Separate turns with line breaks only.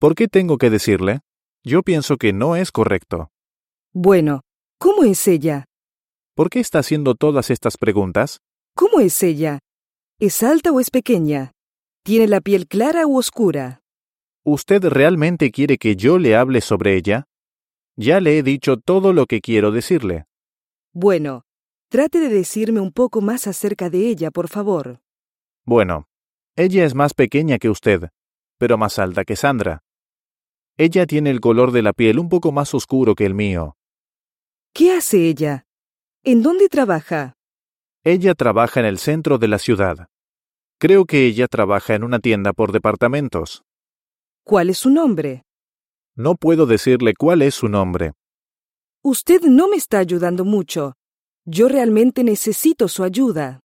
¿Por qué tengo que decirle? Yo pienso que no es correcto.
Bueno, ¿cómo es ella?
¿Por qué está haciendo todas estas preguntas?
¿Cómo es ella? ¿Es alta o es pequeña? ¿Tiene la piel clara u oscura?
¿Usted realmente quiere que yo le hable sobre ella? Ya le he dicho todo lo que quiero decirle.
Bueno, trate de decirme un poco más acerca de ella, por favor.
Bueno, ella es más pequeña que usted, pero más alta que Sandra. Ella tiene el color de la piel un poco más oscuro que el mío.
¿Qué hace ella? ¿En dónde trabaja?
Ella trabaja en el centro de la ciudad. Creo que ella trabaja en una tienda por departamentos.
¿Cuál es su nombre?
No puedo decirle cuál es su nombre.
Usted no me está ayudando mucho. Yo realmente necesito su ayuda.